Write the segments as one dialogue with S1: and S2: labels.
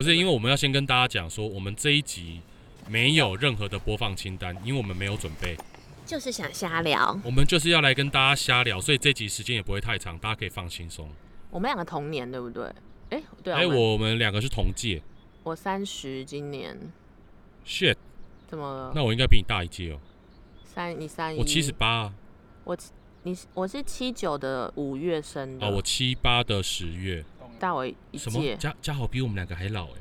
S1: 不是因为我们要先跟大家讲说，我们这一集没有任何的播放清单，因为我们没有准备，
S2: 就是想瞎聊。
S1: 我们就是要来跟大家瞎聊，所以这集时间也不会太长，大家可以放轻松。
S2: 我们两个同年，对不对？哎，对啊，
S1: 哎，
S2: 我们
S1: 我们两个是同届
S2: 我三十，今年
S1: ，shit，
S2: 怎么了？
S1: 那我应该比你大一届哦，
S2: 三你三一，
S1: 我七十，八啊
S2: 我七你是我是七九的五月生的，
S1: 啊，我七八的十月，
S2: 大我一
S1: 什么
S2: 届
S1: 嘉嘉豪比我们两个还老哎、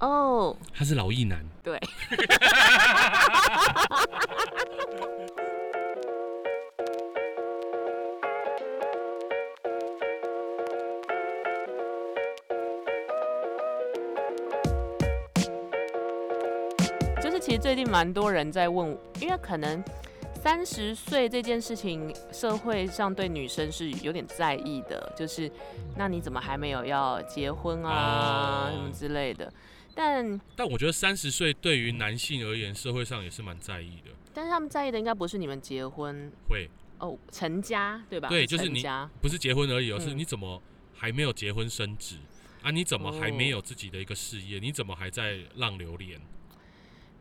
S2: 哦。
S1: 他是老艺男，
S2: 对， 就是其实最近蛮多人在问，因为可能三十岁这件事情，社会上对女生是有点在意的，就是那你怎么还没有要结婚啊、
S1: 哦
S2: 什么之类的，但。
S1: 但我觉得三十岁对于男性而言，社会上也是蛮在意的，
S2: 但是他们在意的应该不是你们结婚
S1: 会
S2: 哦，成家对吧？
S1: 对就是
S2: 成
S1: 你
S2: 家
S1: 不是结婚而已，而是
S2: 嗯
S1: 你怎么还没有结婚生子啊？你怎么还没有自己的一个事业？你怎么还在浪流连？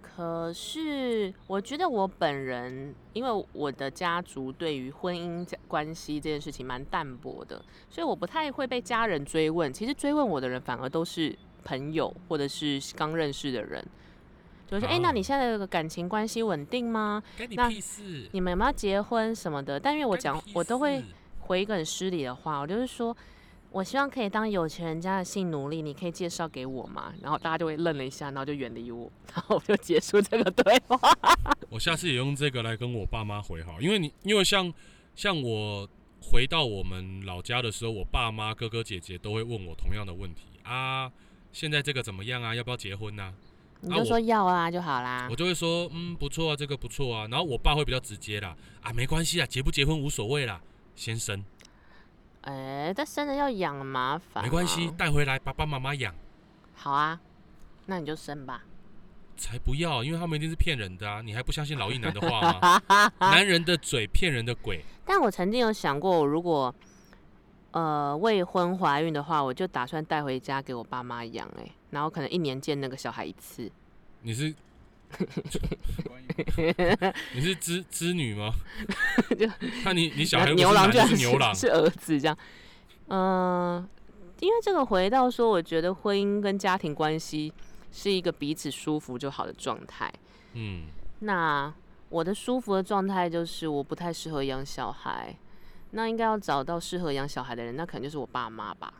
S2: 可是我觉得我本人，因为我的家族对于婚姻家关系这件事情蛮淡薄的，所以我不太会被家人追问。其实追问我的人反而都是朋友或者是刚认识的人，就是说，哎、
S1: 哦
S2: 那你现在的感情关系稳定吗？
S1: 该你
S2: 那
S1: 屁事！
S2: 你们有没有结婚什么的？但因为我
S1: 干你
S2: 讲
S1: 屁，
S2: 我都会
S1: 事
S2: 回一个很失礼的话，我就是说，我希望可以当有钱人家的性奴隶，你可以介绍给我吗？然后大家就会愣了一下，然后就远离我，然后我就结束这个对话。
S1: 我下次也用这个来跟我爸妈回好，因为你因为像像我回到我们老家的时候，我爸妈哥哥姐姐都会问我同样的问题啊，现在这个怎么样啊？要不要结婚啊？
S2: 你就说要啊就好啦
S1: 我。就会说嗯不错啊，这个不错啊。然后我爸会比较直接啦，啊没关系啊，结不结婚无所谓啦，先生
S2: 哎、但生了要养麻烦、啊
S1: 没关系，。带回来爸爸妈妈养。
S2: 好啊，那你就生吧。
S1: 才不要，因为他们一定是骗人的啊！你还不相信老一男的话吗？ 男人的嘴骗人的鬼，
S2: 但我曾经有想过，我如果呃未婚怀孕的话，我就打算带回家给我爸妈养，哎，然后可能一年见那个小孩一次。
S1: 你 是你是织织女 吗？看你你小孩如果
S2: 牛郎
S1: 是
S2: 居
S1: 男
S2: 然
S1: 就是牛郎，
S2: 是儿子这样。嗯、因为这个回到说，我觉得婚姻跟家庭关系是一个彼此舒服就好的状态。
S1: 嗯，
S2: 那我的舒服的状态就是我不太适合养小孩，那应该要找到适合养小孩的人，那可能就是我爸妈吧。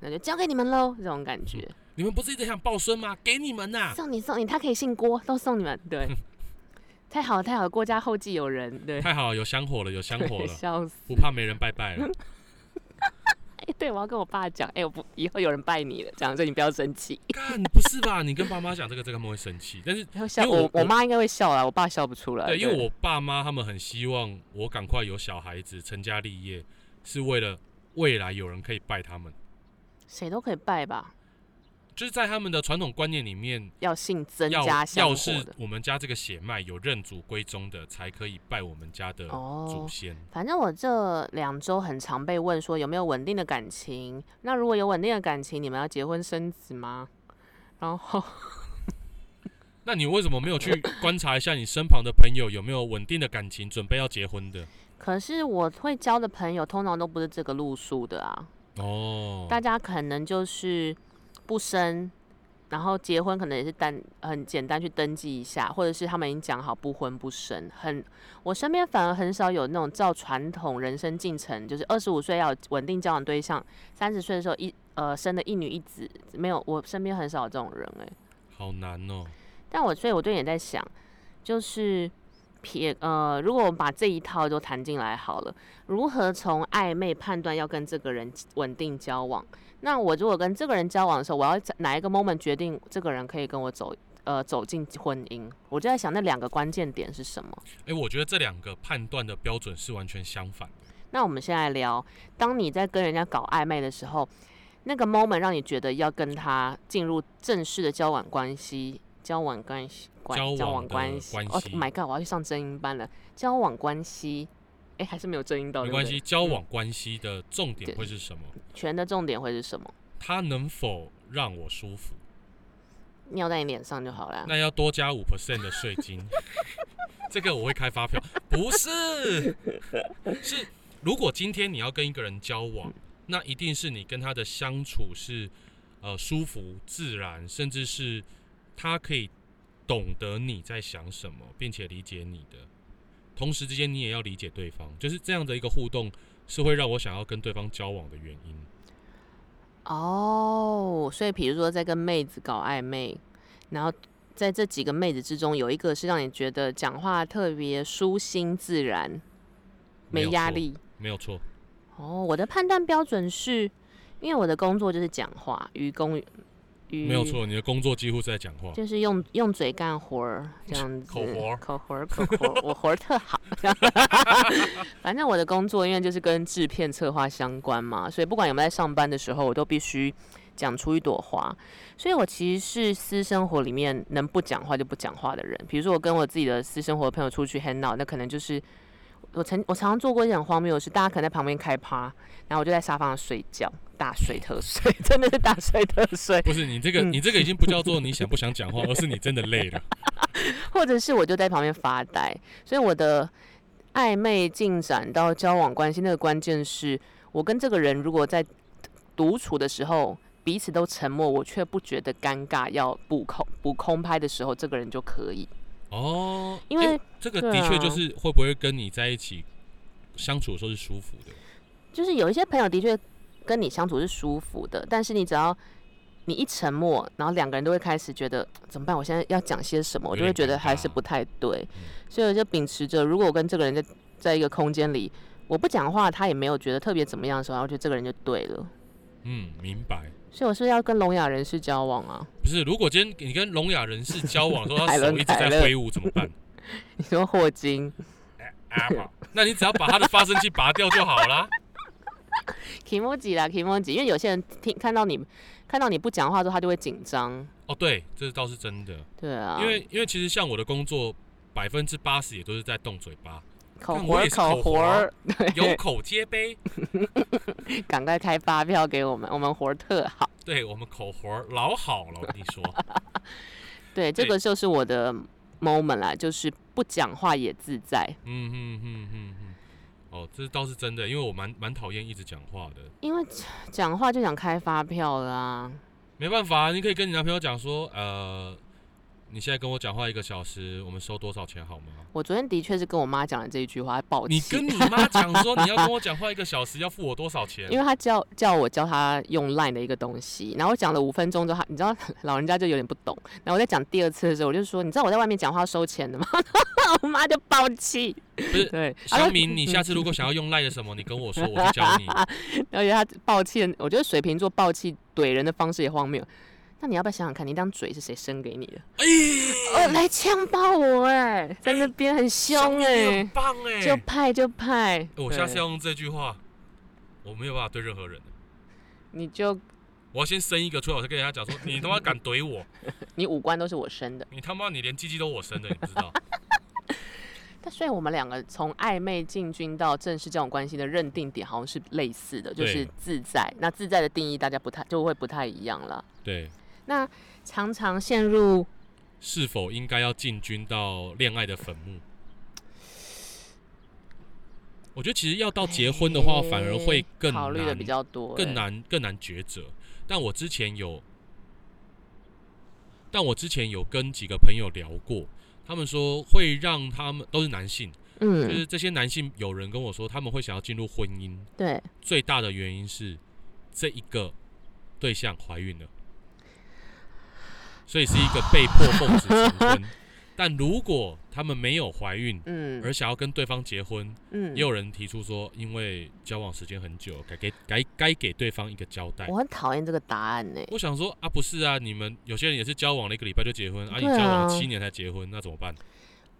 S2: 那就交给你们喽，这种感觉，
S1: 你们不是一直想抱孙吗？给你们呐、
S2: 送你送你，他可以姓郭，都送你们， 对，太好了太好了，郭家后继有人，对，
S1: 太好了，有香火了，有香火了，
S2: 笑死，
S1: 不怕没人拜拜了。
S2: 哎、对我要跟我爸讲，哎、我不以后有人拜你了，这样，所以你不要生气。
S1: 干，不是吧？你跟爸妈讲这个，这个他们会生气。但是
S2: 他会笑
S1: 因为我
S2: 我，
S1: 我
S2: 我妈应该会笑啦，我爸笑不出来。
S1: 对，因为我爸妈他们很希望我赶快有小孩子，成家立业，是为了未来有人可以拜他们。
S2: 谁都可以拜吧，
S1: 就是在他们的传统观念里面，
S2: 要姓曾
S1: 要
S2: 家香
S1: 要
S2: 火
S1: 是
S2: 的。
S1: 我们家这个血脉有认祖归宗的，才可以拜我们家的祖
S2: 哦
S1: 先。
S2: 反正我这两周很常被问说有没有稳定的感情，那如果有稳定的感情，你们要结婚生子吗？然后
S1: 那你为什么没有去观察一下你身旁的朋友有没有稳定的感情，准备要结婚的？
S2: 可是我会交的朋友通常都不是这个路数的啊，
S1: 哦，
S2: 大家可能就是不生，然后结婚可能也是单很简单去登记一下，或者是他们已经讲好不婚不生。很，我身边反而很少有那种照传统人生进程，就是二十五岁要有稳定交往对象，三十岁的时候一呃生的一女一子，没有，我身边很少有这种人哎、
S1: 好难哦。
S2: 但我所以我对你也在想，就是撇呃，如果我们把这一套都谈进来好了，如何从暧昧判断要跟这个人稳定交往？那我如果跟这个人交往的时候，我要在哪一个 moment 决定这个人可以跟我走呃走进婚姻？我就在想那两个关键点是什么？
S1: 诶，我觉得这两个判断的标准是完全相反的。
S2: 那我们现在聊，当你在跟人家搞暧昧的时候，那个 moment 让你觉得要跟他进入正式的交往关系，交往关系，关
S1: 交往
S2: 交往
S1: 的
S2: 关系。
S1: 关
S2: oh
S1: 系
S2: my god，我要去上真音班了。交往关系，哎，还是没有真音到，
S1: 没
S2: 对不
S1: 关
S2: 对
S1: 系，。交往关系的重点
S2: 对
S1: 会是什么？
S2: 全的重点会是什么？
S1: 它能否让我舒服？
S2: 尿在你脸上就好了。
S1: 那要多加五 percent 的税金，这个我会开发票。不是，是如果今天你要跟一个人交往，那一定是你跟他的相处是呃舒服、自然，甚至是他可以懂得你在想什么，并且理解你的。同时之间，你也要理解对方，就是这样的一个互动，是会让我想要跟对方交往的原因。
S2: 哦，所以比如说在跟妹子搞暧昧，然后在这几个妹子之中，有一个是让你觉得讲话特别舒心自然，没
S1: 有
S2: 压
S1: 错，
S2: 力。
S1: 没有错。
S2: 哦，我的判断标准是，因为我的工作就是讲话，于公于
S1: 没有，错，你的工作几乎是在讲话。
S2: 就是用用嘴干活儿这样子，
S1: 口活儿
S2: 口活儿，口活儿，我活儿特好。 反正我的工作因为就是跟制片策划相关嘛，所以不管有没有在上班的时候，我都必须讲出一朵花。所以我其实是私生活里面能不讲话就不讲话的人。比如说我跟我自己的私生活的朋友出去 hang out，那可能就是。我曾我常常做过一件很荒谬的事，大家可能在旁边开趴，然后我就在沙发上睡觉，大睡特睡， 真的是大睡特睡。
S1: 不是你这个，
S2: 嗯
S1: 你这个已经不叫做你想不想讲话，而是你真的累 了。
S2: 或者是我就在旁边发呆。所以我的暧昧进展到交往关系，那个关键是我跟这个人如果在独处的时候彼此都沉默，我却不觉得尴尬，要补空补空拍的时候，这个人就可以。
S1: 哦，
S2: 因为啊
S1: 诶这个的确就是会不会跟你在一起相处的时候是舒服的。
S2: 就是有一些朋友的确跟你相处是舒服的，但是你只要你一沉默，然后两个人都会开始觉得怎么办？我现在要讲些什么？我
S1: 有
S2: 就会
S1: 点
S2: 觉得
S1: 尴
S2: 还是
S1: 尬
S2: 不太对，所以我就秉持着，如果我跟这个人在在一个空间里，我不讲话，他也没有觉得特别怎么样的时候，然后我觉得这个人就对了。
S1: 嗯，明白。
S2: 所以我是不是要跟聋哑人士交往啊？
S1: 不是，如果今天你跟聋哑人士交往的时候，他
S2: 海伦
S1: 手一直在
S2: 凯勒
S1: 挥舞，怎么 办？
S2: 你说霍金
S1: 啊，好那你只要把他的发声器拔掉就好啦。
S2: ，Kimoji 啦，Kimoji，因为有些人听看到你看到你不讲话之后，他就会紧张。
S1: 哦，对，这倒是真的，
S2: 对啊，
S1: 因为因为其实像我的工作，百分之八十也都是在动嘴 巴，
S2: 口
S1: 看
S2: 活
S1: 我
S2: 儿
S1: 也是
S2: 口
S1: 口
S2: 活
S1: 活啊
S2: 儿，
S1: 有口皆碑。
S2: 赶快开发票给我们，我们活儿特好。
S1: 对我们口活儿老好了，我跟你说。
S2: 对，这
S1: 对
S2: 个就是我的 moment 啦，就是不讲话也自在。
S1: 嗯哼哼哼哼，哦，这倒是真的，因为我蛮蛮讨厌一直讲话的。
S2: 因为讲话就想开发票啦、
S1: 没办法，啊你可以跟你男朋友讲说，呃，你现在跟我讲话一个小时，我们收多少钱好吗？
S2: 我昨天的确是跟我妈讲了这一句话，抱
S1: 你
S2: 歉，
S1: 跟你妈讲说你要跟我讲话一个小时，要付我多少钱？
S2: 因为她叫叫我教她用 Line 的一个东西，然后我讲了五分钟之后，她你知道 老人家就有点不懂。然后我在讲第二次的时候，我就说，你知道我在外面讲话要收钱的吗？ 我妈就爆气。
S1: 是
S2: 对，她
S1: 小
S2: 说
S1: 明，你下次如果想要用赖的什么，你跟我说，我去教 你。哎
S2: 而且他爆气的，我觉得水瓶座爆气怼人的方式也荒谬。那你要不要想想看，你那张嘴是谁伸给你的？哎、哦，来呛爆我哎、在那边很凶
S1: 你
S2: 哎、
S1: 很棒哎、
S2: 就派就派。
S1: 我下次
S2: 对
S1: 要用这句话，我没有办法对任何人。
S2: 你就
S1: 我要先生一个出来，我再跟人家讲说，你他妈敢怼我，
S2: 你五官都是我生的。
S1: 你他妈你连鸡鸡都我生的，你不知 道？
S2: 但所以我们两个从暧昧进军到正式交往关系的认定点好像是类似的，就是
S1: 对
S2: 自在。那自在的定义大家不太就会不太一样了。
S1: 对，
S2: 那常常陷入
S1: 是否应该要进军到恋爱的坟墓？我觉得其实要到结婚的话，
S2: 诶
S1: 反而会更
S2: 考虑的
S1: 难
S2: 比较多、
S1: 更
S2: 哎
S1: 难更难抉择。但我之前有，但我之前有跟几个朋友聊过，他们说会让他们都是男性，就
S2: 嗯，
S1: 是这些男性有人跟我说，他们会想要进入婚姻，
S2: 对。
S1: 最大的原因是这一个对象怀孕了，所以是一个被迫奉子成婚。但如果他们没有怀孕，
S2: 嗯
S1: 而想要跟对方结婚，
S2: 嗯
S1: 也，有人提出说，因为交往时间很久，该给该该给对方一个交代。
S2: 我很讨厌这个答案呢、
S1: 我想说啊，不是啊，你们有些人也是交往了一个礼拜就结婚，啊，你
S2: 对啊
S1: 交往七年才结婚，那怎么办？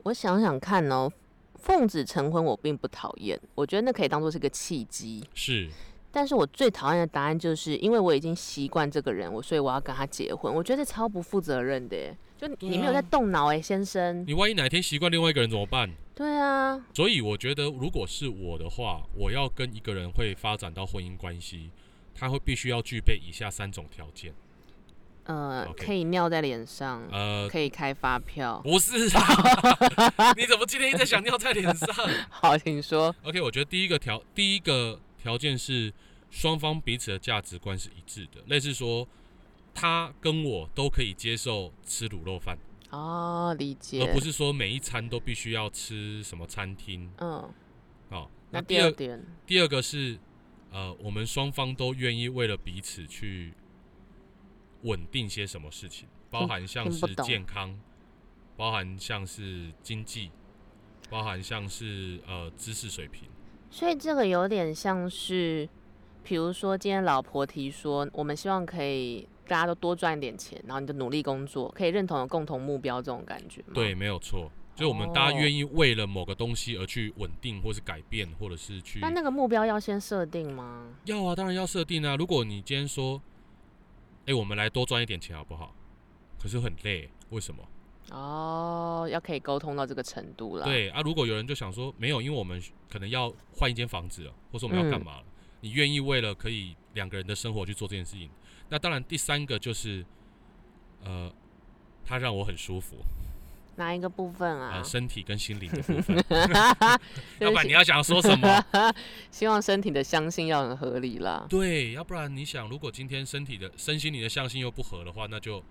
S2: 我想想看哦，奉子成婚我并不讨厌，我觉得那可以当做是个契机。
S1: 是
S2: 但是我最讨厌的答案就是，因为我已经习惯这个人，我所以我要跟他结婚。我觉得超不负责任的耶，就
S1: 对
S2: 你没
S1: 啊
S2: 有在动脑哎、先生。
S1: 你万一哪天习惯另外一个人怎么办？
S2: 对啊，
S1: 所以我觉得，如果是我的话，我要跟一个人会发展到婚姻关系，他会必须要具备以下三种条件。
S2: 呃
S1: OK
S2: 可以尿在脸上，
S1: 呃，
S2: 可以开发票。
S1: 不是啊，你怎么今天一直想尿在脸上
S2: 好，请说。
S1: ？OK，我觉得第一个条第一个条件是双方彼此的价值观是一致的，类似说他跟我都可以接受吃卤肉饭，
S2: 哦，理解。
S1: 而呃不是说每一餐都必须要吃什么餐厅
S2: 嗯，
S1: 哦。
S2: 那
S1: 第
S2: 第二点，
S1: 第二个是呃，我们双方都愿意为了彼此去稳定些什么事情，包含像
S2: 听不
S1: 是
S2: 懂
S1: 健康，包含像是经济，包含像是呃知识水平。
S2: 所以这个有点像是，比如说今天老婆提说，我们希望可以大家都多赚一点钱，然后你就努力工作，可以认同有共同目标这种感觉吗？
S1: 对，没有错，就我们大家愿意为了某个东西而去稳定，或是改变，或者是去
S2: 那那个目标要先设定吗？
S1: 要啊，当然要设定啊。如果你今天说，哎、我们来多赚一点钱好不好？可是很累，为什么？
S2: 哦，要可以沟通到这个程度了。，
S1: 对啊，如果有人就想说没有，因为我们可能要换一间房子了，或是我们要干
S2: 嗯
S1: 嘛了，你愿意为了可以两个人的生活去做这件事情？那当然，第三个就是，呃，它让我很舒服，
S2: 哪一个部分啊
S1: 呃，？ 身体跟心灵的部分。
S2: 就
S1: 要不
S2: 是
S1: 然你
S2: 希
S1: 要想说什么？
S2: 希望身体的相信要很合理啦。
S1: 对，要不然你想，如果今天身体的身心灵的相性又不合的话，那就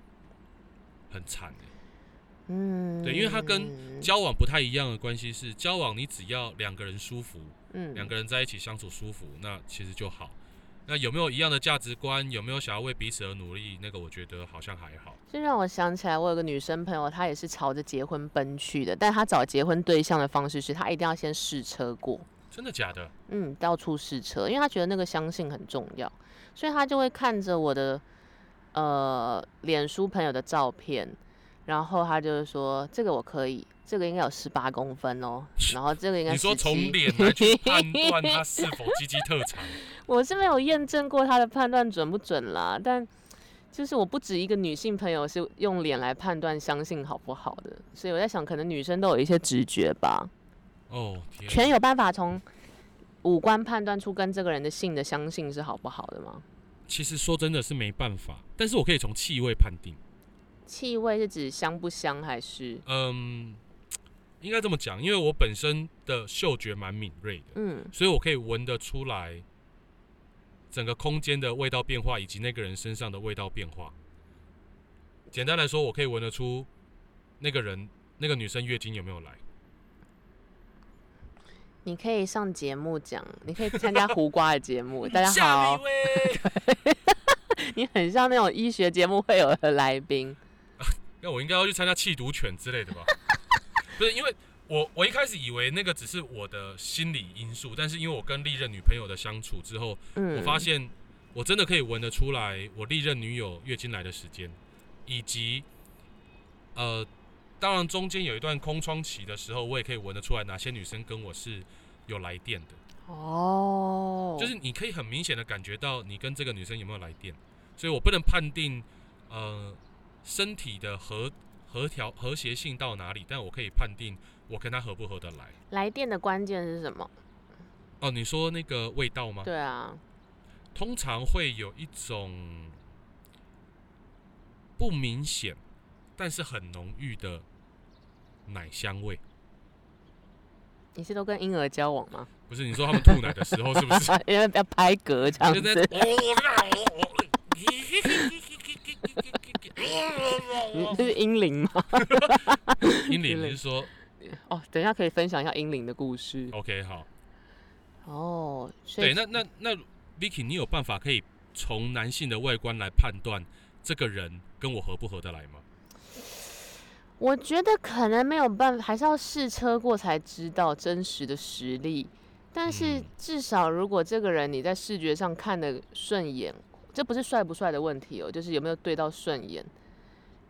S1: 很惨欸、
S2: 嗯，
S1: 对因为它跟交往不太一样的关系是，交往你只要两个人舒服，
S2: 嗯
S1: 两个人在一起相处舒服，那其实就好。那有没有一样的价值观？有没有想要为彼此而努力？那个我觉得好像还好。
S2: 这让我想起来，我有个女生朋友，她也是朝着结婚奔去的，但她找结婚对象的方式是，她一定要先试车过，
S1: 真的假的？
S2: 嗯，到处试车，因为她觉得那个相信很重要，所以她就会看着我的呃脸书朋友的照片，然后她就是说这个我可以，这个应该有十八公分哦，然后这个应该
S1: 你说
S2: 17
S1: 从脸来去判断他是否积极特长，
S2: 我是没有验证过他的判断准不准啦，但就是我不止一个女性朋友是用脸来判断相信好不好的，所以我在想，可能女生都有一些直觉吧，
S1: 哦天
S2: 全有办法从五官判断出跟这个人的性的相信是好不好的吗？
S1: 其实说真的是没办法，但是我可以从气味判定。
S2: 气味是指香不香还是？
S1: 嗯，应该这么讲，因为我本身的嗅觉蛮敏锐的，
S2: 嗯，
S1: 所以我可以闻得出来整个空间的味道变化，以及那个人身上的味道变化。简单来说，我可以闻得出那个人、那个女生月经有没有来。
S2: 你可以上节目讲，你可以参加胡瓜的节目。大家
S1: 下一
S2: 好，
S1: 位，
S2: 你很像那种医学节目会有的来宾。
S1: 那我应该要去参加弃毒犬之类的吧？ 不是，因为我我一开始以为那个只是我的心理因素，但是因为我跟历任女朋友的相处之后，
S2: 嗯，
S1: 我发现我真的可以闻得出来我历任女友月经来的时间，以及呃，当然中间有一段空窗期的时候，我也可以闻得出来哪些女生跟我是有来电的，
S2: 哦，
S1: 就是你可以很明显的感觉到你跟这个女生有没有来电，所以我不能判定呃身体的和和调和谐性到哪里，但我可以判定我跟她合不合得来。
S2: 来电的关键是什么？
S1: 哦，你说那个味道吗？
S2: 对啊，
S1: 通常会有一种不明显，但是很浓郁的奶香味。
S2: 你是都跟婴儿交往吗？ 啊
S1: 不是你说他们吐奶的时候，是不是？
S2: 因为要拍嗝这样
S1: 就在
S2: 子。
S1: 哦哦哦哦
S2: 你这是英灵吗？
S1: 英玲你是说
S2: 哦，等一下可以分享一下英灵的故事
S1: OK 好？
S2: 哦。所
S1: 对，
S2: 以
S1: 那那那 Vicky，你有办法可以从男性的外观来判断这个人跟我合不合得来吗？
S2: 我觉得可能没有办法，还是要试车过才知道真实的实力。但是
S1: 嗯
S2: 至少如果这个人你在视觉上看得顺眼，这不是帅不帅的问题哦，就是有没有对到顺眼。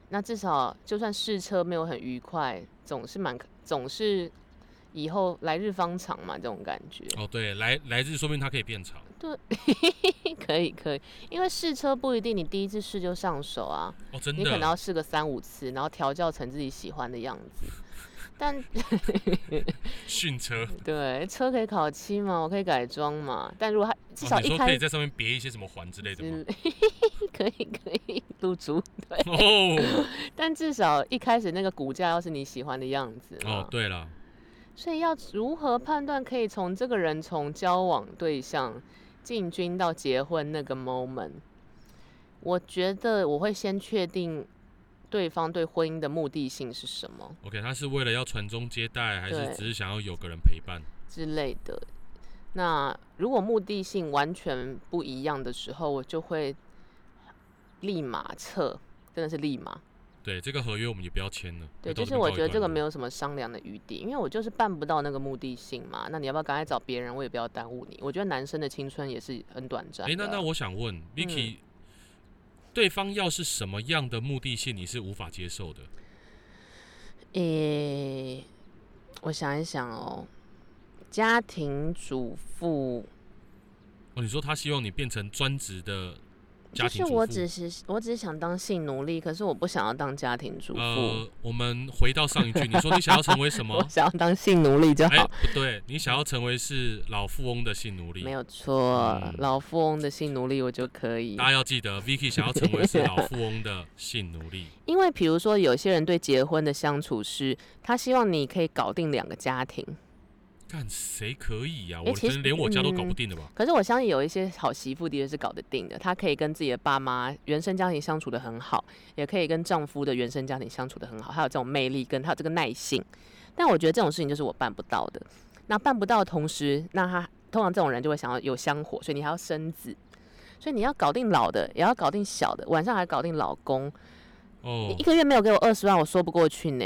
S2: 那至少就算试车没有很愉快，总是蛮总是以后来日方长嘛，这种感觉。
S1: 哦，对，来来日说不定它可以变长。
S2: 可以可以，因为试车不一定你第一次试就上手啊，
S1: 哦，真
S2: 你可能
S1: 的，
S2: 要试个三五次，然后调教成自己喜欢的样子。 但
S1: 训车。
S2: 对车可以烤漆嘛，我可以改装嘛。但如果他至少
S1: 哦、你
S2: 一
S1: 说可
S2: 开
S1: 以在上面别一些什么环之类的吗？
S2: 始 可以可以露珠，
S1: 哦
S2: 但至少一开始那个骨架要是你喜欢的样子嘛。
S1: 哦，对了，
S2: 所以要如何判断可以从这个人从交往对象进军到结婚那个 moment？我觉得我会先确定对方对婚姻的目的性是什么
S1: OK，他是为了要传宗接代，还是
S2: 对
S1: 只是想要有个人陪伴？
S2: 之类的。那如果目的性完全不一样的时候，我就会立马撤，真的是立马。
S1: 对，这个合约我们也不要签了。
S2: 对，
S1: 到这
S2: 就是
S1: 边
S2: 我
S1: 告一
S2: 觉得
S1: 段
S2: 这个
S1: 落
S2: 没有什么商量的余地，因为我就是办不到那个目的性嘛。那你要不要赶快找别人？我也不要耽误你。我觉得男生的青春也是很短暂
S1: 哎、
S2: 的。嗯
S1: 那那我想问 Vicky，、对方要是什么样的目的性你是无法接受的？
S2: 诶、我想一想哦，家庭主妇，
S1: 哦，你说他希望你变成专职的家
S2: 就
S1: 庭
S2: 是
S1: 主
S2: 我
S1: 妇？
S2: 只是我只想当性奴隶，可是我不想要当家庭主妇，
S1: 呃，我们回到上一句，你说你想要成为什么
S2: 我？想要当性奴隶就
S1: 哎、
S2: 好。
S1: 不对，你想要成为是老富翁的性奴隶
S2: 没。有错，
S1: 嗯
S2: 老富翁的性奴隶我就可以
S1: 大。家要记得，Vicky 想要成为是老富翁的性奴隶。
S2: 因为比如说，有些人对结婚的相处是，他希望你可以搞定两个家庭。
S1: 干谁可以呀、
S2: 哎
S1: 我
S2: 其
S1: 真
S2: 实
S1: 连我家都搞不
S2: 嗯
S1: 定的吧？
S2: 可是我相信有一些好媳妇的确是搞得定的，她可以跟自己的爸妈原生家庭相处的很好，也可以跟丈夫的原生家庭相处的很好，她有这种魅力跟她有这个耐性。但我觉得这种事情就是我办不到的。那办不到的同时，那她通常这种人就会想要有香火，所以你还要生子，所以你要搞定老的，也要搞定小的，晚上还搞定老公。你
S1: 哦
S2: 一，个月没有给我二十万，我说不过去呢。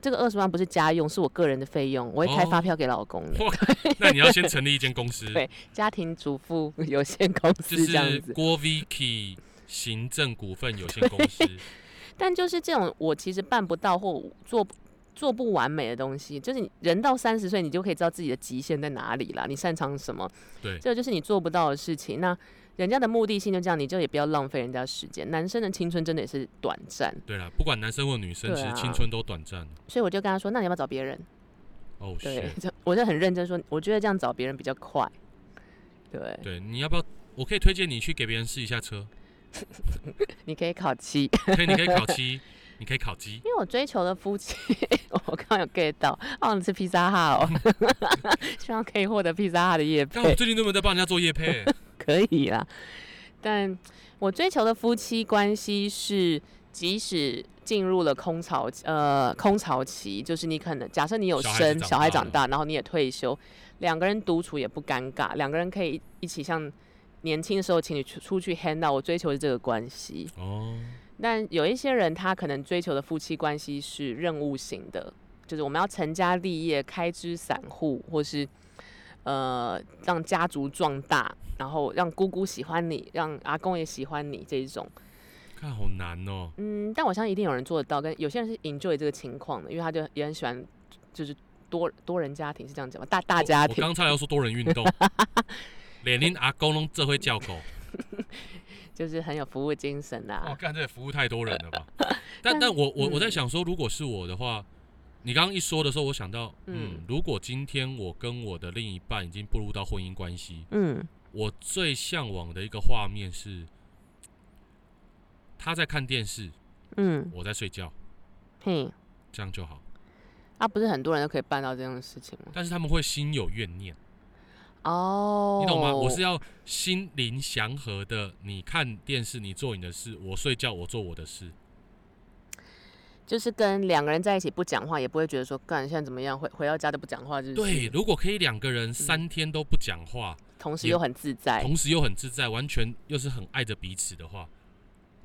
S2: 这个二十万不是家用，是我个人的费用，我会开发票给老公的。，
S1: 哦那你要先成立一间公司
S2: 对家庭主妇有限公
S1: 就
S2: 司这样
S1: 是
S2: 子，
S1: 郭 Vicky 行政股份有限公 司。
S2: 但就是这种我其实办不到或做不做不完美的东西，就是你人到三十岁，你就可以知道自己的极限在哪里啦，你擅长什么，
S1: 对
S2: 这个就是你做不到的事情。那人家的目的性就这样，你就也不要浪费人家时间。男生的青春真的也是短暂，
S1: 对啦，不管男生或女生，
S2: 对
S1: 其
S2: 啊
S1: 实青春都短暂。
S2: 所以我就跟他说，那你要不要找别人？
S1: 哦，
S2: 对
S1: 是，，
S2: 就我就很认真说，我觉得这样找别人比较快。对，
S1: 对，你要不要？我可以推荐你去给别人试一下车，
S2: 你可以烤漆，
S1: 可以，你可以烤鸡，你可以烤鸡。
S2: 因为我追求的夫妻， 我刚刚有 get 到，哦，你吃披萨哈哦， 希望可以获得披萨哈的业
S1: 但我
S2: 配，
S1: 最近都没有在帮人家做夜配，
S2: 可以啦。但我追求的夫妻关系是，即使进入了空巢，呃，空巢期，就是你可能假设你有
S1: 小孩子
S2: 生
S1: 长
S2: 小孩
S1: 大
S2: 长
S1: 了
S2: 大，然后你也退休，两个人独处也不尴尬，两个人可以一起像年轻的时候情侣出出去 hang out。我追求的是这个关系。
S1: 哦，
S2: 但有一些人，他可能追求的夫妻关系是任务型的，就是我们要成家立业、开枝散户，或是呃让家族壮大，然后让姑姑喜欢你，让阿公也喜欢你这一种。
S1: 看好难哦。
S2: 嗯，但我相信一定有人做得到，跟有些人是 enjoy 这个情况的，因为他就也很喜欢，就是多多人家庭是这样讲吗？大大
S1: 哦
S2: 家
S1: 我我
S2: 庭。
S1: 刚才要说多人运 动，连您阿公都这会叫狗，
S2: 就是很有服务精神啊呐、
S1: 哇，干这服务太多人 了吧？但但我
S2: 嗯
S1: 我我在想说，如果是我的话，你刚刚一说的时候，我想到，嗯
S2: 嗯，
S1: 如果今天我跟我的另一半已经步入到婚姻关系，
S2: 嗯，
S1: 我最向往的一个画面是，他在看电视，
S2: 嗯，
S1: 我在睡觉，
S2: 嘿，
S1: 这样就好。
S2: 啊，不是很多人都可以办到这样的事情吗？
S1: 但是他们会心有怨念，
S2: 哦，
S1: 你懂吗？我是要心灵祥和的，你看电视，你做你的事，我睡觉，我做我的事。
S2: 就是跟两个人在一起不讲话，也不会觉得说干现在怎么样，回回到家都不讲话，就是嗯
S1: 对，如果可以两个人三天都不讲话，
S2: 同时
S1: 也
S2: 又很自在，
S1: 同时又很自在，完全又是很爱着彼此的话，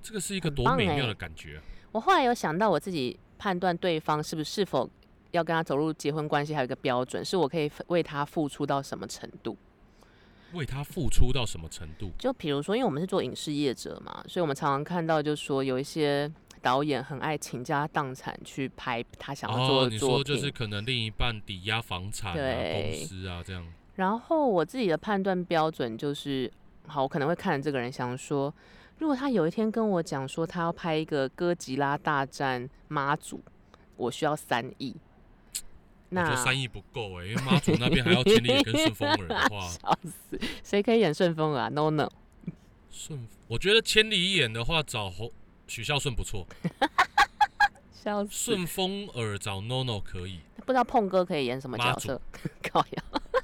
S1: 这个是一个
S2: 很
S1: 多
S2: 棒
S1: 美
S2: 欸
S1: 妙的感觉啊。
S2: 我后来有想到我自己判断对方是不是是否要跟他走入结婚关系，还有一个标准是我可以为他付出到什么程度。
S1: 为他付出到什么程度？
S2: 就比如说，因为我们是做影视业者嘛，所以我们常常看到，就是说有一些导演很爱倾家荡产去拍他想要做
S1: 哦，
S2: 的
S1: 你
S2: 作品。
S1: 说就是可能另一半抵押房产啊、公
S2: 对
S1: 司啊这样。
S2: 然后我自己的判断标准就是，好，我可能会看着这个人，想说，如果他有一天跟我讲说他要拍一个哥吉拉大战妈祖，我需要三亿，
S1: 我觉
S2: 那
S1: 得三亿不够哎、因为妈祖那边还要千里眼跟顺风耳的 话，
S2: 笑死，谁可以演顺风耳啊？No No，
S1: 顺我觉得千里眼的话找侯许孝顺不错，
S2: 笑死，
S1: 顺风耳找 NONO 可以，
S2: 不知道碰哥可以演什么
S1: 妈
S2: 角色？靠呀，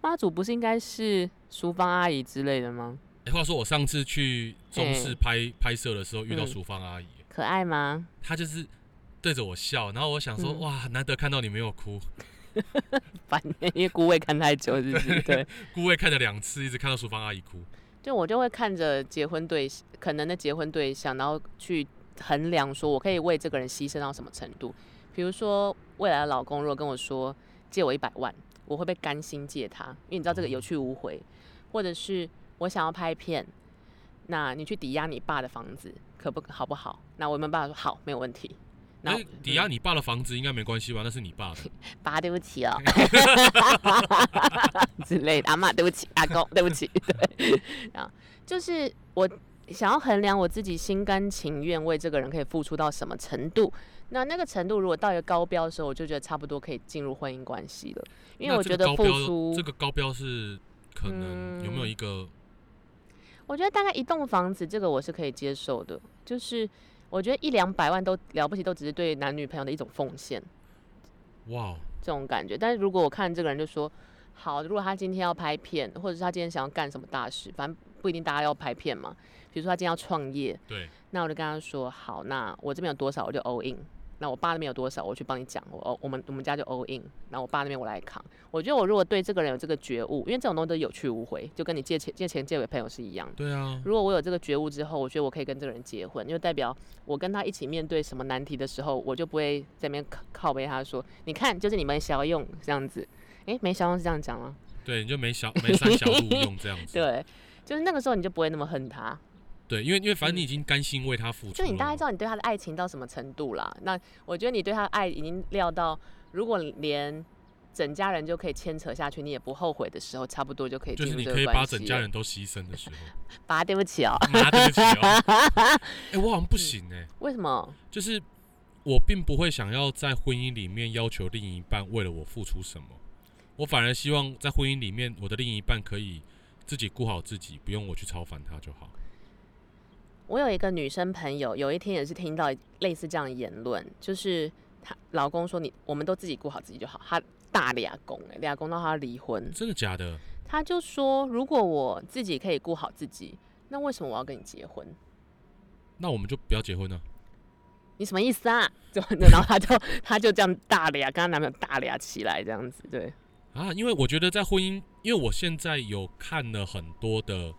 S2: 妈祖不是应该是淑芳阿姨之类的吗？
S1: 哎、话说我上次去中视
S2: 嗯
S1: 拍、拍摄的时候，遇到
S2: 嗯
S1: 淑芳阿姨，
S2: 可爱吗？
S1: 她就是对着我笑，然后我想说，
S2: 嗯
S1: 哇，难得看到你没有哭，
S2: 反正因为姑位看太久，是不是？对，
S1: 顾魏看了两次，一直看到淑芳阿姨哭。
S2: 就我就会看着结婚对可能的结婚对象，然后去衡量说我可以为这个人牺牲到什么程度。比如说，未来的老公如果跟我说借我一百万，我会不会甘心借他？因为你知道这个
S1: 嗯
S2: 有去无回。或者是我想要拍片，那你去抵押你爸的房子，可不好不好？那我们爸说好，没有问题。那
S1: 但是抵押你爸的房子应该没关系吧？那是你爸的，
S2: 爸，对不起 哦，之类的。阿妈，对不起，阿公，对 不起，对，啊，就是我想要衡量我自己心甘情愿为这个人可以付出到什么程度。那那个程度如果到一个高标的时候，我就觉得差不多可以进入婚姻关系了， 因为
S1: 那
S2: 我
S1: 这
S2: 觉
S1: 个
S2: 得嗯
S1: 高
S2: 付
S1: 标
S2: 出，
S1: 这个高标是可能有没有一个
S2: 我觉得大概一栋房子这个我是可以接受的，就是我觉得一两百万都了不起，都只是对男女朋友的一种奉献。
S1: 哇？哦
S2: 这种感觉。但是如果我看这个人就说，好，如果他今天要拍片，或者是他今天想要干什么大事，反正不一定大家要拍片嘛。比如说他今天要创业，
S1: 对，
S2: 那我就跟他说，好，那我这边有多少我就 all in。那我爸那边有多少，我去帮你讲。我哦，我们我们家就 all in，然后我爸那边我来扛。我觉得我如果对这个人有这个觉悟，因为这种东西都有去无回，就跟你借钱借钱借给朋友是一样的。
S1: 对啊，
S2: 如果我有这个觉悟之后，我觉得我可以跟这个人结婚，因为代表我跟他一起面对什么难题的时候，我就不会在那边靠靠背他说，你看，就是你没小用这样子。诶、没小用是这样讲吗？
S1: 对，你就没小没三小路用这 样子。
S2: 对，就是那个时候你就不会那么恨他，
S1: 对，因为因为反正你已经甘心为他付出
S2: 嗯就
S1: 了嘛，
S2: 你大概知道你对他的爱情到什么程度啦。那我觉得你对他的爱已经料到，如果连整家人就可以牵扯下去，你也不后悔的时候，差不多就可以
S1: 就
S2: 进
S1: 是
S2: 入
S1: 你
S2: 这
S1: 可
S2: 个
S1: 以把
S2: 关系了。
S1: 整家人都牺牲的时候。
S2: 爸，对不起哦，
S1: 妈对不起哦， 哎、我好像不行哎、
S2: 为什么？
S1: 就是我并不会想要在婚姻里面要求另一半为了我付出什么，我反而希望在婚姻里面，我的另一半可以自己顾好自己，不用我去超凡他就好。
S2: 我有一个女生朋友，有一天也是听到类似这样的言论，就是她老公说你我们都自己顾好自己就好，她大俩公哎，俩公到她离婚，
S1: 真的假的？
S2: 她就说如果我自己可以顾好自己，那为什么我要跟你结婚？
S1: 那我们就不要结婚啊了、
S2: 你什么意思啊？就 然后她就她就这样大俩跟她男朋友大俩起来这样子，对，
S1: 啊，因为我觉得在婚姻，因为我现在有看了很多的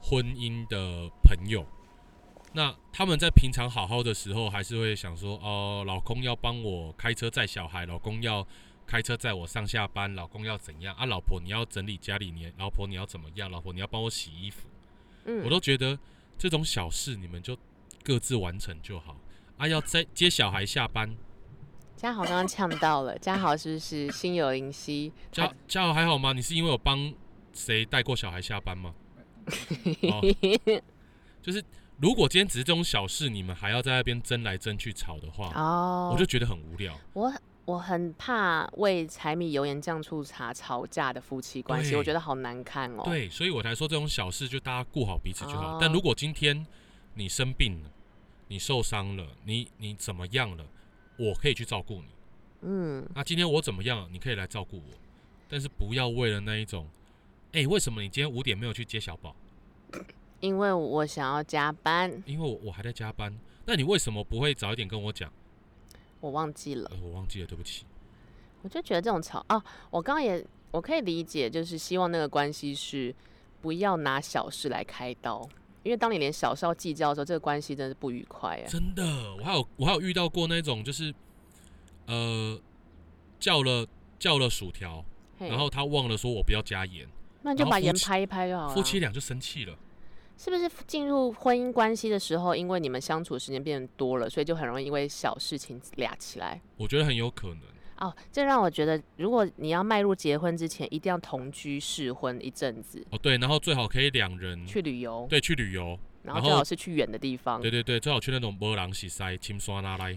S1: 婚姻的朋友，那他们在平常好好的时候，还是会想说，哦、老公要帮我开车载小孩，老公要开车载我上下班，老公要怎样啊？老婆你要整理家里，你老婆你要怎么样？老婆你要帮我洗衣服，我
S2: 嗯，
S1: 都觉得这种小事你们就各自完成就好。啊，要在接小孩下班，
S2: 嘉豪刚刚呛到了，嘉豪是不是心有灵犀？
S1: 嘉嘉豪还好吗？你是因为我帮谁带过小孩下班吗？ 哦，就是如果今天只是这种小事，你们还要在那边争来争去吵的话，
S2: 哦，
S1: 我就觉得很无聊。
S2: 我我很怕为柴米油盐酱醋茶吵架的夫妻关系，
S1: 对
S2: 我觉得好难看哦。，
S1: 对，所以我才说这种小事就大家顾好彼此就好。但
S2: 哦
S1: 如果今天你生病了，你受伤了，你你怎么样了，我可以去照顾你。
S2: 嗯，
S1: 那今天我怎么样了，你可以来照顾我，但是不要为了那一种，哎、为什么你今天五点没有去接小宝？
S2: 因为我想要加班，
S1: 因为我我还在加班。那你为什么不会早一点跟我讲？
S2: 我忘记了，
S1: 呃，我忘记了，对不起。
S2: 我就觉得这种吵啊，我刚刚也我可以理解，就是希望那个关系是不要拿小事来开刀，因为当你连小事要计较的时候，这个关系真的是不愉快哎。
S1: 真的，我还有我还有遇到过那种就是，呃，叫了叫了薯条，
S2: 嘿
S1: 然后他忘了说我不要加盐，
S2: 那就
S1: 然后
S2: 把
S1: 夫
S2: 盐
S1: 妻
S2: 拍一拍就好了。啊
S1: 夫妻俩就生气了。
S2: 是不是进入婚姻关系的时候，因为你们相处时间变多了，所以就很容易因为小事情俩起来？
S1: 我觉得很有可能，
S2: 哦，这让我觉得，如果你要迈入结婚之前，一定要同居试婚一阵子，
S1: 哦对，然后最好可以两人
S2: 去旅游，
S1: 嗯
S2: 嗯
S1: 对去旅游，然
S2: 然后最
S1: 后
S2: 好是去远的地方
S1: 对。对对，最好去那种波浪西塞、青山拉来。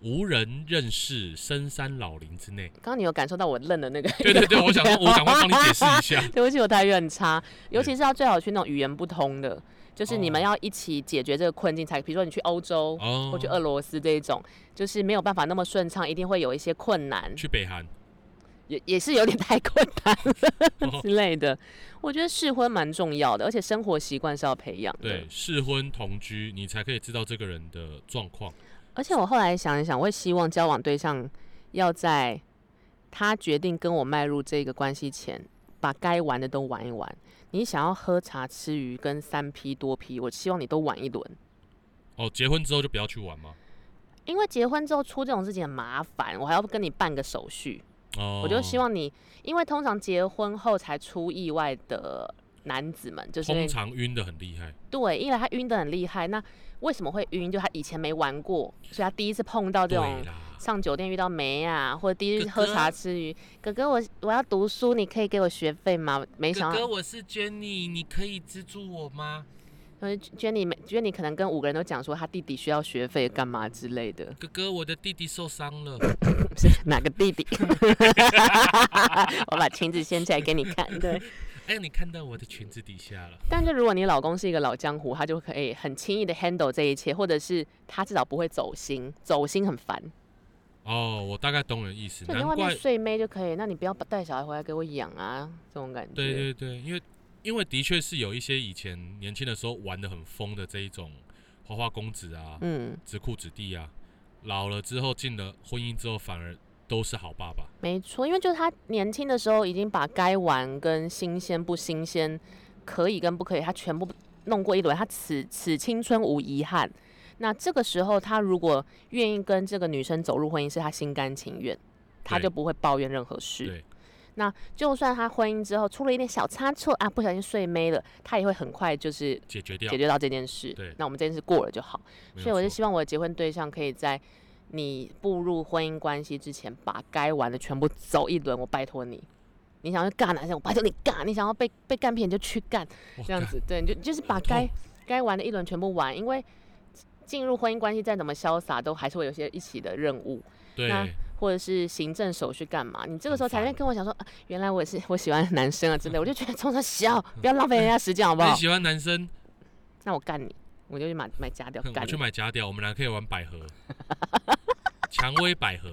S1: 无人认识深山老林之 内。
S2: 刚刚你有感受到我愣的那个？
S1: 对 对对，我想说，我想会帮你解释一下。
S2: 对不起，我台语很差，尤
S1: 对
S2: 其是要最好去那种语言不通的，就是你们
S1: 哦
S2: 要一起解决这个困境才，比如说你去欧洲
S1: 哦，
S2: 或去俄罗斯这一种，就是没有办法那么顺畅，一定会有一些困难，
S1: 去北韩，
S2: 也也是有点太困难
S1: 哦
S2: 了之类的。我觉得试婚蛮重要的，而且生活习惯是要培养的
S1: 对，。试婚同居，你才可以知道这个人的状况。
S2: 而且我后来想一想，我会希望交往对象要在他决定跟我迈入这个关系前，把该玩的都玩一玩。你想要喝茶、吃鱼跟三 P 多 P，我希望你都玩一轮。
S1: 哦，结婚之后就不要去玩吗？
S2: 因为结婚之后出这种事情很麻烦，我还要跟你办个手续。
S1: 哦，
S2: 我就希望你，因为通常结婚后才出意外的男子们，就是因为
S1: 通常晕的很厉害。
S2: 对，因为他晕得很厉害。那为什么会晕？就他以前没玩过，所以他第一次碰到
S1: 对
S2: 这种
S1: 啦，
S2: 上酒店遇到梅啊，或者第一
S1: 哥
S2: 次
S1: 哥
S2: 喝茶吃鱼，哥哥我我要读书，你可以给我学费吗？没想到，
S1: 我是 Jenny，你可以资助我吗？
S2: 就是娟你娟你可能跟五个人都讲说他弟弟需要学费干嘛之 类的，
S1: 哥哥，我的弟弟受伤了。
S2: 是哪个弟 弟？我把裙子掀起来给你看， 对。
S1: 哎，你看到我的裙子底下了。
S2: 但是如果你老公是一个老江湖，他就可以很轻易的 handle 这一切，或者是他至少不会走心，走心很烦，
S1: 哦，我大概懂你的意思，
S2: 就你在
S1: 难
S2: 外面
S1: 怪。
S2: 睡妹就可以，那你不要带小孩回来给我养啊，这种感觉。
S1: 对对对，因为因为的确是有一些以前年轻的时候玩的很疯的这一种花花公子啊、
S2: 嗯，
S1: 纨绔子弟啊，老了之后进了婚姻之后反而都是好爸爸。
S2: 没错，因为就是他年轻的时候已经把该玩跟新鲜不新鲜、可以跟不可以，他全部弄过一轮，他此此青春无遗憾。那这个时候，他如果愿意跟这个女生走入婚姻，是他心甘情愿，他
S1: 对
S2: 就不会抱怨任何事。
S1: 对，
S2: 那就算他婚姻之后出了一点小差错啊，不小心睡妹了，他也会很快就是
S1: 解决掉
S2: 解。决到这件事
S1: 对。
S2: 那我们这件事过了就好。
S1: 没
S2: 所以
S1: 有
S2: 我就
S1: 错
S2: 希望我的结婚对象可以在你步入婚姻关系之前，把该玩的全部走一轮。我拜托你，你想要去干哪项，我拜托你干；你想要被被干骗，你就去干，
S1: 哇
S2: 这样
S1: 干
S2: 子。对，你就就是把
S1: 好
S2: 该
S1: 痛
S2: 该玩的一轮全部玩，因为进入婚姻关系再怎么潇洒，都还是会有一些一起的任务。那
S1: 对，
S2: 或者是行政手续干嘛？你这个
S1: 很
S2: 时候才
S1: 烦
S2: 能跟我讲说、啊，原来我也是我喜欢男生啊之类，我就觉得从小 小不要浪费人家时间好不
S1: 那
S2: 好
S1: 你？喜欢男生，
S2: 那我干你，我就去买 买家掉
S1: 哼
S2: 干
S1: 我
S2: 你
S1: 去。买假屌，我们俩可以玩百 合，蔷薇百合。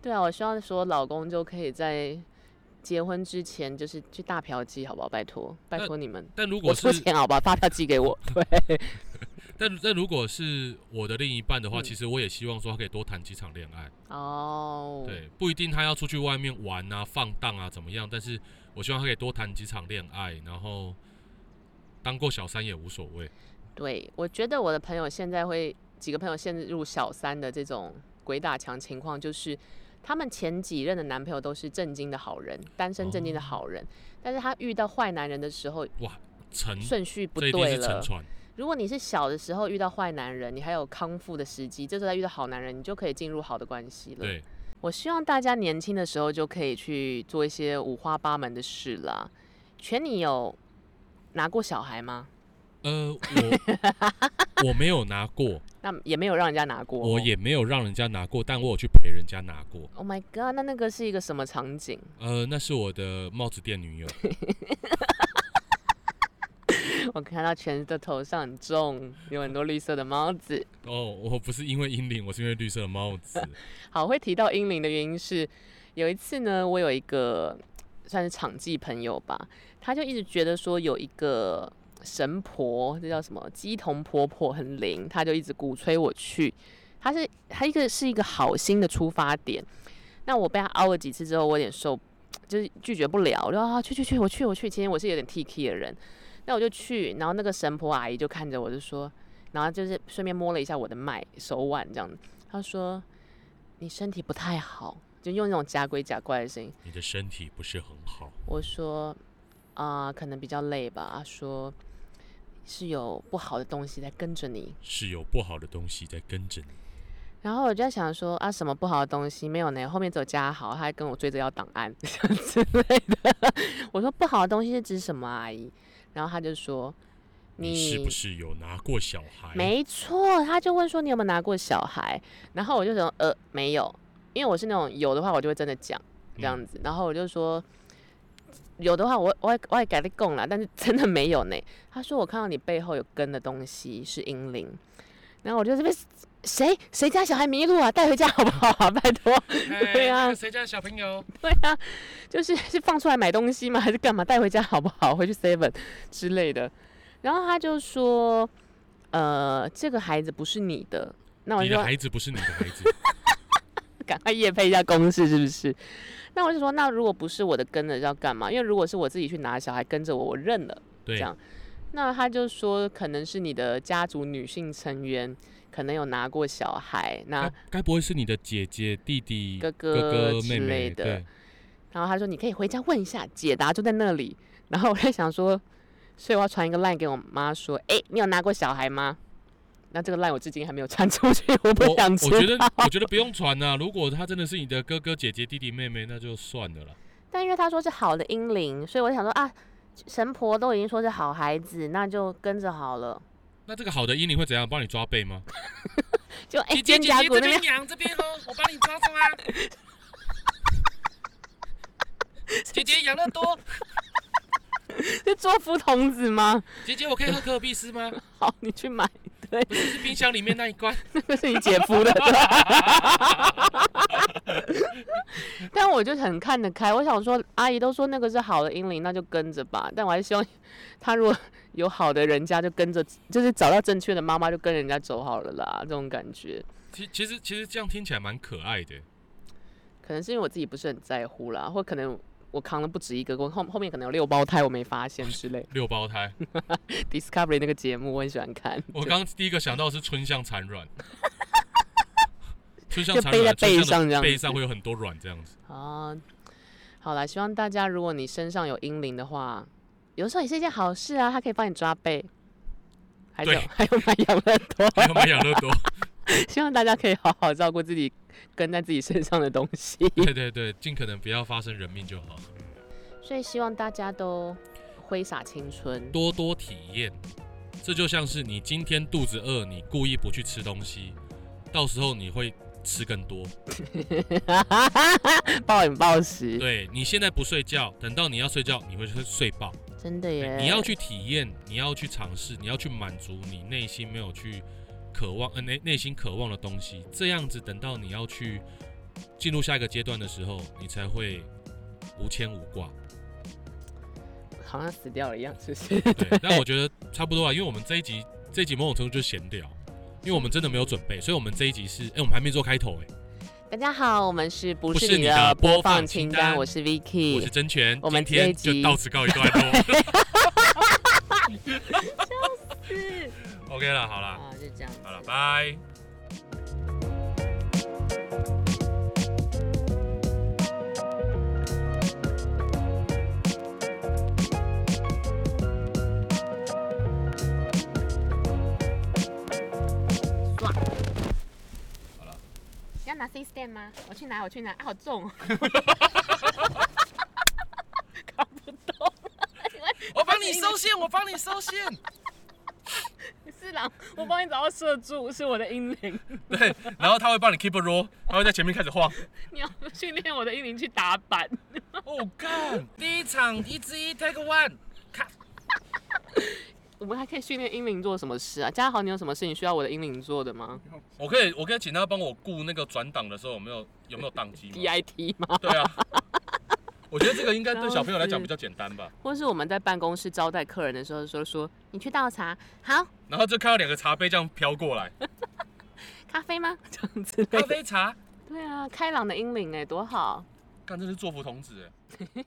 S2: 对啊，我希望说老公就可以在结婚之前就是去大嫖妓，好不好？拜托，拜
S1: 那
S2: 托你们，
S1: 但如
S2: 我
S1: 果
S2: 出
S1: 是
S2: 钱好不好？发票 寄给我。
S1: 但但如果是我的另一半的话，
S2: 嗯
S1: 其实我也希望说他可以多谈几场恋爱。
S2: 哦，，
S1: 对，不一定他要出去外面玩啊、放荡啊怎么样，但是我希望他可以多谈几场恋爱，然后当过小三也无所谓。
S2: 对我觉得我的朋友现在会几个朋友陷入小三的这种鬼打墙情况，就是他们前几任的男朋友都是正经的好人，单身正经的
S1: 哦
S2: 好人，但是他遇到坏男人的时候
S1: 沉，
S2: 顺序不
S1: 这一定
S2: 对
S1: 是
S2: 了
S1: 沉。船。
S2: 如果你是小的时候遇到坏男人，你还有康复的时机，这时候再遇到好男人，你就可以进入好的关系了。
S1: 对，
S2: 我希望大家年轻的时候就可以去做一些五花八门的事啦。全你有拿过小孩吗？
S1: 呃，我 我没有拿过，
S2: 那也没有让人家拿过哦、
S1: 我也没有让人家拿过，但我有去陪人家拿过。
S2: Oh my god！那那个是一个什么场景？
S1: 呃，那是我的帽子店女友，
S2: 我看到全的头上很重，有很多绿色的帽子。
S1: 哦，我不是因为阴灵，我是因为绿色的帽子。
S2: 好，会提到英灵的原因是，有一次呢，我有一个算是场记朋友吧，他就一直觉得说有一个神婆，这叫什么鸡同婆婆很灵，他就一直鼓吹我去。他是他一个是一个好心的出发点，那我被他凹了几次之后，我有点受，就是拒绝不了，我就啊去去去，我去我去。其实我是有点 T K 的人，那我就去，然后那个神婆阿姨就看着我就说，然后就是顺便摸了一下我的脉手腕这样子，她说你身体不太好，就用那种假鬼假怪的声音。
S1: 你的身体不是很好，
S2: 我说啊、可能比较累吧。她说是有不好的东西在跟着你。
S1: 是有不好的东西在跟着你。
S2: 然后我就在想说啊，什么不好的东西没有呢？后面只有加好，他还跟我追着要档案 之类的。我说不好的东西是指什么啊，阿姨？然后他就说
S1: 你是不是有拿过小孩？
S2: 没错，他就问说你有没有拿过小孩，然后我就说呃没有，因为我是那种有的话我就会真的讲这样子，然后我就说有的话我我也我也改你供啦，但是 真的没有呢。他说我看到你背后有跟的东西是英灵，然后我就这边谁谁家小孩迷路啊，带回家好不好 啊？拜托，
S1: 哎
S2: 对啊
S1: 那个谁家的小朋友？
S2: 对啊，就是 是放出来买东西吗？还是干嘛？带回家好不好？回去 seven 之类的。然后他就说，呃，这个孩子不是你的。那我
S1: 你
S2: 就
S1: 的
S2: 说，
S1: 孩子不是你的孩子，
S2: 赶快夜配一下公式是不是？那我就说，那如果不是我的跟了要干嘛？因为如果是我自己去拿小孩跟着我，我认了。
S1: 对
S2: 这，样那他就说，可能是你的家族女性成员可能有拿过小孩，那
S1: 该该不会是你的姐姐、弟弟、
S2: 啊哥
S1: 哥哥、
S2: 之
S1: 妹
S2: 类
S1: 妹？
S2: 的。
S1: 对，
S2: 然后他说你可以回家问一下，解答就在那里。然后我在想说， 所以我要传一个 line 给我妈说，哎、你有拿过小孩吗？那这个 line 我至今还没有传出去，我 不
S1: 我
S2: 想
S1: 我
S2: 出。
S1: 觉得我觉得不用传呐、如果他真的是你的哥哥、姐姐、弟弟、妹妹，那就算了啦。
S2: 但因为他说是好的英灵，所以我就想说啊，神婆都已经说是好孩子，那就跟着好了。
S1: 那这个好的英灵会怎样？帮你抓背吗？
S2: 就哎、
S1: 姐姐
S2: 肩
S1: 姐
S2: 胛
S1: 姐
S2: 骨
S1: 这
S2: 那边
S1: 边 痒，这边哦，我帮你抓住啊。姐姐养乐多，
S2: 是做福童子吗？
S1: 姐姐我可以喝可尔必斯吗？
S2: 好，你去买，
S1: 不是，是冰箱里面那一罐。
S2: 那个是你姐夫的。 但我就很看得开，我想说，阿姨都说那个是好的英灵，那就跟着吧。但我还是希望他如果有好的人家，就跟着，就是找到正确的妈妈，就跟人家走好了啦。这种感觉，
S1: 其其实其实这样听起来蛮可爱的。
S2: 可能是因为我自己不是很在乎啦，或可能我扛了不止一个，我后后面可能有六胞胎，我没发现之类。
S1: 六胞胎，
S2: Discovery 那个节目我很喜欢看，
S1: 我刚第一个想到是春香产卵，春香
S2: 就
S1: 产
S2: 背在
S1: 卵，春香的
S2: 背上这样
S1: 背
S2: 子
S1: 上会有很多卵这样子。
S2: 啊，好啦，希望大家如果你身上有阴灵的话，有时候也是一件好事啊，它可以帮你抓背。还有
S1: 对
S2: 还有买养乐
S1: 还
S2: 多，
S1: 有买养乐 多，
S2: 希望大家可以好好照顾自己跟在自己身上的东西。
S1: 对对对，尽可能不要发生人命就好，
S2: 所以希望大家都挥洒青春。
S1: 多多体验。这就像是你今天肚子饿，你故意不去吃东西，到时候你会吃更多。
S2: 暴饮暴食，
S1: 对你现在不睡觉，等到你要睡觉，你会睡睡爆。
S2: 真的耶！
S1: 你要去体验，你要去尝试，你要去满足你内心没有去渴望，呃，内内心渴望的东西。这样子，等到你要去进入下一个阶段的时候，你才会无牵无挂。
S2: 好像死掉了一样，是不是？
S1: 对，但我觉得差不多啊，因为我们这一集这一集某种程度就是闲聊，因为我们真的没有准备，所以我们这一集是，哎、我们还没做开头、诶，
S2: 大家好，我们是不
S1: 不是
S2: 是
S1: 你
S2: 你
S1: 的
S2: 的
S1: 播
S2: 播
S1: 放
S2: 放
S1: 清
S2: 清
S1: 单
S2: 单？我是
S1: 哎，我是
S2: Vicky，
S1: 真权，
S2: 我们
S1: 今天
S2: 这一
S1: 就
S2: 集
S1: 到此告一段 落。OK 了，好啦，
S2: 啊，就这样子，
S1: 好了，拜。
S2: 要拿 C stand 吗？我去拿，我去拿，啊，好重、哦。搞不懂，
S1: 我帮你收线，我帮你收线。
S2: 是狼，我帮你找到射柱，是我的英 灵，
S1: 对，然后他会帮你 keep a roll，他会在前面开始晃。
S2: 你要训练我的英灵去打板。
S1: 哦，干！第一场一之一 take one，看
S2: 我们还可以训练英灵做什么事啊？嘉豪，你有什么事情需要我的英灵做的吗
S1: 我可以，我可以请他帮我顾那个转档的时候有没有有没有宕机吗？
S2: ？DIT 吗？
S1: 对啊，我觉得这个应该对小朋友来讲比较简单吧。
S2: 或是我们在办公室招待客人的时候说说，你去倒茶，好，
S1: 然后就看到两个茶杯这样飘过来，
S2: 咖啡吗？这样子。
S1: 咖啡茶，
S2: 对啊，开朗的英灵哎、多好。
S1: 看这是作福童子哎。